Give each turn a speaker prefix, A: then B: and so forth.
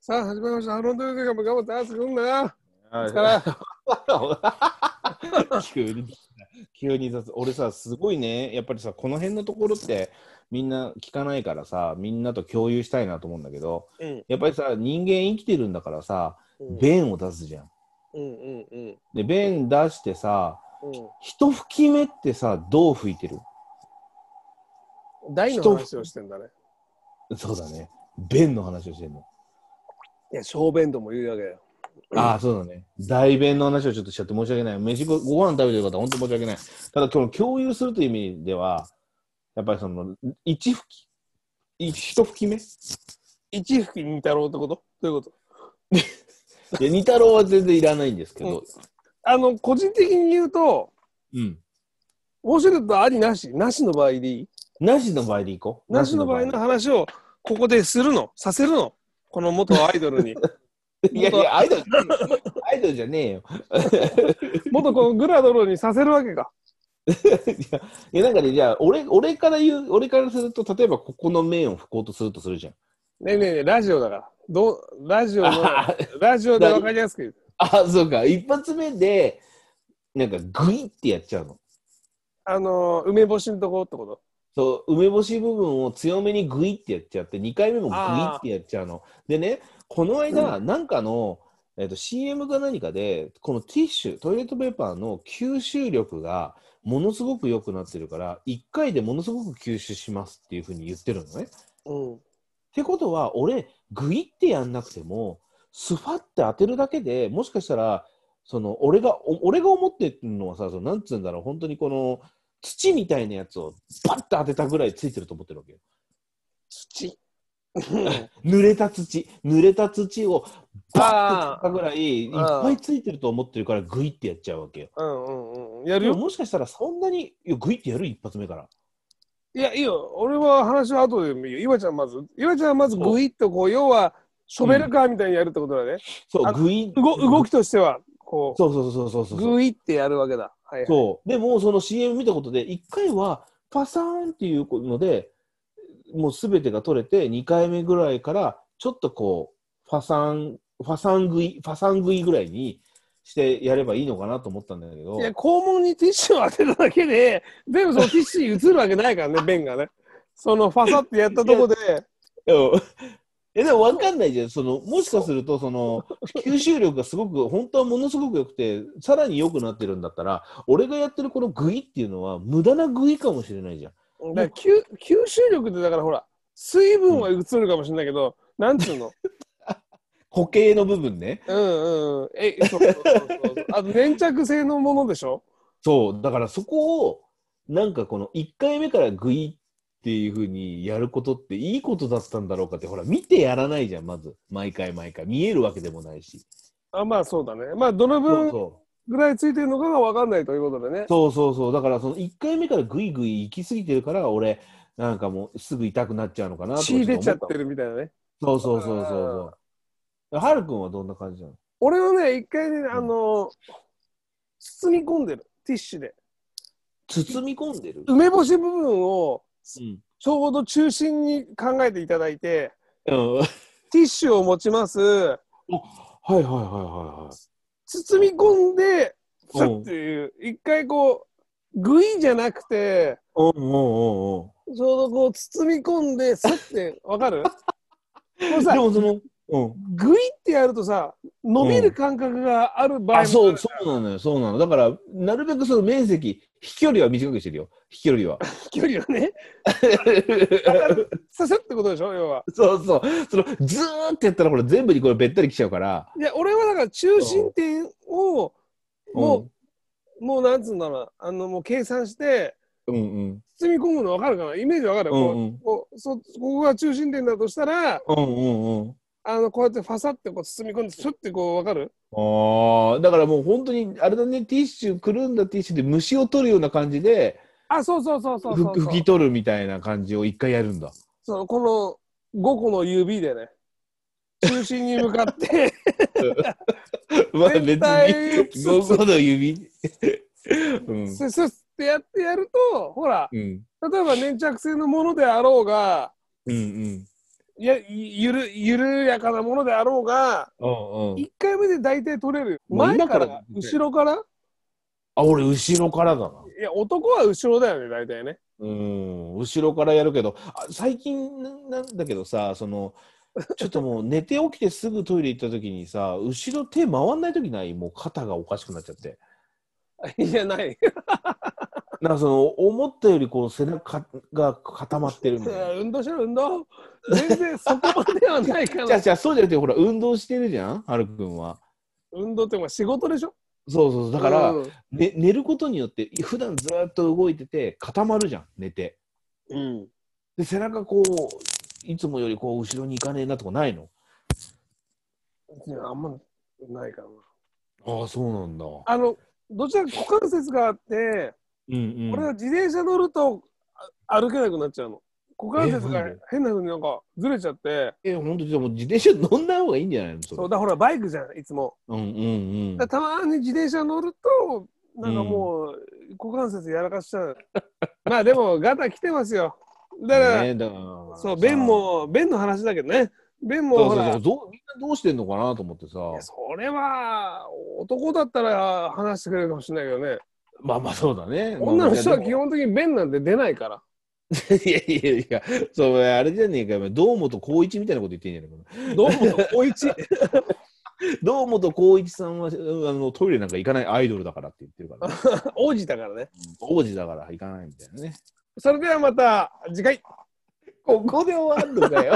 A: さあ、始まりました。アロンドゥーも頑張って、あすくんだよ。お疲
B: は
A: れ。
B: い 急に、急に雑。俺さ、すごいね、やっぱりさ、この辺のところってみんな聞かないからさ、みんなと共有したいなと思うんだけど、
A: うん
B: やっぱりさ、人間生きてるんだからさ、便を出すじゃん。
A: うんうんうん
B: で、便出してさ、
A: う
B: 一吹き目ってさ、どう吹いてる
A: ん。大の話をしてんだね。
B: そうだね。便の話をしてんの。
A: いや、小便とも言うわけよ。
B: ああ、そうだね。大便の話をちょっとしちゃって申し訳ない。飯ごご飯食べてる方、本当申し訳ない。ただ、今日共有するという意味では、やっぱりその、一吹き、一一吹き目い
A: 一吹き二太郎ってことどういうこと
B: や、二太郎は全然いらないんですけど。
A: あの、個人的に言うと、
B: うん。
A: ウォシュレットありなし、なしの場合でいい
B: なしの場合でいこう。
A: なしの場合の話をここでするの、させるの。この元アイドルに。
B: いやいや、アイドル、アイドルじゃねえよ。
A: 元このグラドルにさせるわけか。
B: いや、いやなんかね、じゃあ、俺、俺から言う、俺からすると、例えばここの面を吹こうとするとするじゃん。
A: ねえねえねえ、ラジオだから。どうラジオ の、
B: あ
A: ラジオでわかりやすく言う。
B: あ、そうか。一発目で、なんか、グイってやっちゃうの。
A: あの、梅干しのとこってこと
B: そう、梅干し部分を強めにグイってやっちゃって、2回目もグイってやっちゃうの。でね、この間、なんかの、えっと CM か何かで、このティッシュ、トイレットペーパーの吸収力がものすごく良くなってるから、1回でものすごく吸収しますっていうふうに言ってるのね。っ
A: うん。
B: てことは、俺、グイってやんなくても、スファって当てるだけでもしかしたら、その俺がお俺が思ってるのはさ、そのなんつうんだろう、本当にこの土みたいなやつをパッと当てたぐらいついてると思ってるわけよ。
A: 土。
B: 濡れた土、濡れた土をバッ
A: ああ
B: てかぐらいいっぱいついてると思ってるからグイってやっちゃうわけよ。
A: うんうんうん。やる
B: で
A: よ。
B: ももしかしたらそんなにいやグイってやる一発目から。
A: いや、いいよ。俺は話は後で見るよ。岩ちゃんまず、岩ちゃんはまずグイッとこう、要は、ショベルカーみたいにやるってことだね。
B: そ
A: あ
B: う、グイ。
A: 動動きとしては、こ、
B: そうそうそうそうそううそう。
A: グイってやるわけだ。はいはい。
B: そうでもその CM 見たことで一回はパサーンっていうのでもうすべてが取れて二回目ぐらいからちょっとこうファサンファサン食いファサン食いぐらいにしてやればいいのかなと思ったんだけど
A: いや、肛門にティッシュを当てただけで、全部そのティッシュに移るわけないから ね、便がね。そのファサってやったとこで、
B: うん えでも分かんないじゃん、そのもしかするとその吸収力がすごく、本当はものすごく良くて、さらに良くなってるんだったら、俺がやってるこのグイっていうのは、無駄なグイかもしれないじゃん。
A: だから吸吸収力ってだからほら、水分は移るかもしれないけど、なんつう の
B: 固形の部分ね。
A: うんうん。え、そうそうそうそう。あと粘着性のものでしょ
B: そう、だからそこを、なんかこの1回目からグイっていうふうにやることっていいことだったんだろうかって、ほら、見てやらないじゃん、まず、毎回毎回。見えるわけでもないし。
A: あまあそうだね。まあどの
B: そう
A: 分
B: そう
A: ぐらいついてるのかが分かんないということでね。
B: そうそうそう、だからその1回目からぐいぐい行き過ぎてるから、俺、なんかもうすぐ痛くなっちゃうのかなとか
A: 血入れちゃっ
B: ょと
A: て
B: 思
A: るみたいなね。
B: たの。そうそうそうそうそう。はるくんはどんな感じなの
A: 俺はね、一回ね、あの、包み込んでる。ティッシュで。
B: 包み込んでる、
A: 梅干し部分を
B: うん
A: ちょうど中心に考えていただいて、
B: うん、はい
A: ティッシュを持ちます。
B: はいはいはいはい。
A: 包み込んで、ふ
B: うん
A: っていう、一回こう、グイじゃなくて、
B: おうおうおう
A: ちょうどこう包み込んで、さって、わか るこれ
B: おう
A: さ
B: で、もその、うん、
A: グイってやるとさ、伸びる感覚がある場合もあ
B: あ
A: る
B: そうそうなのよ、そうなの。だから、なるべくその面積、飛距離は短くしてるよ、飛距離は。
A: 距離をね、 させってことでしょ、要は。
B: そうそう、そのずーってやったら、ほら、全部にこれべったりきちゃうから。
A: いや、俺はだから中心点を、もう、もうなんつうんだろうな、あの、もう計算して、
B: うん、うんうん。
A: 包み込むの分かるかなイメージ分かる、こう
B: うんうん
A: こうそここが中心点だとしたら、
B: うんうんうん。
A: あの、こうやってファサってこう包み込んで、スッてこう分かる
B: ああ、だからもう本当に、あれだね、ティッシュ、くるんだティッシュで虫を取るような感じで、
A: あ、そうそうそうそうそう
B: ふ拭き取るみたいな感じを一回やるん だ。
A: そのこの5個の指でね、中心に向かって、
B: まあ別
A: 絶対
B: に、ゴムの 指。うん。
A: ススッってやってやると、ほら、
B: うん。
A: 例えば粘着性のものであろうが、
B: うんうん。
A: いや、ゆる、緩やかなものであろうが、
B: うんうん。
A: 一回目で大体取れる。
B: もう
A: 前
B: 今
A: か
B: から
A: ら、後ろから
B: あ、俺、後ろからだな。
A: いや、男は後ろだよね、大体ね。
B: うん、後ろからやるけど、あ最近ななんだけどさ、その、ちょっともう寝て起きてすぐトイレ行った時にさ、後ろ手回んない時ないもう肩がおかしくなっちゃって。
A: いや、ない。
B: なんかその、思ったよりこう背中が固まってるみたいな。
A: 運動しろ、運動。全然そこまではないか
B: じゃあ
A: ら。
B: じゃあそうじゃなくて、ほら、運動してるじゃん、はるくんは。
A: 運動ってお前仕事でしょ
B: そうそうそう、だから、
A: うん
B: ね、寝ることによって、普段ずーっと動いてて、固まるじゃん、寝て。
A: うん。
B: で、背中こう、いつもよりこう、後ろに行かねえなとかないの
A: いやあんまないかな。
B: ああ、そうなんだ。
A: あの、どちらか股関節があって、
B: うんうん。
A: 俺は自転車乗るとあ歩けなくなっちゃうの。股関節
B: えな
A: が
B: んで
A: 変なふうになんかずれちゃって、
B: え、本当にでも自転車乗んない方がいいんじゃないのそれ
A: そうだ、ほら、バイクじゃん、いつも。
B: うんうんうん。
A: だたまに自転車乗ると、なんかもう、股関節やらかしちゃう。 まあでも、ガタ来てますよ。だから、
B: ねだから
A: そう、
B: さ
A: 便も、便の話だけどね。便も
B: そう
A: ほ
B: そう
A: ら、
B: そうどうみんなどうしてんのかなと思ってさ。
A: いやそれは、男だったら話してくれるかもしれないけどね。
B: まあまあそうだね。
A: 女の人は基
B: まあ
A: 本的に便なんて出ないから。
B: まあでも いやいやいや、そう、あれじゃねえかよ。堂本光一みたいなこと言ってんじゃねえか
A: どうも、おいち。
B: な。堂本光一さんはあのトイレなんか行かないアイドルだからって言ってるから、 ね、
A: 王子だからね。
B: 王子だから行かないみたいなね。
A: それではまた次回。
B: ここで終わんのかよ。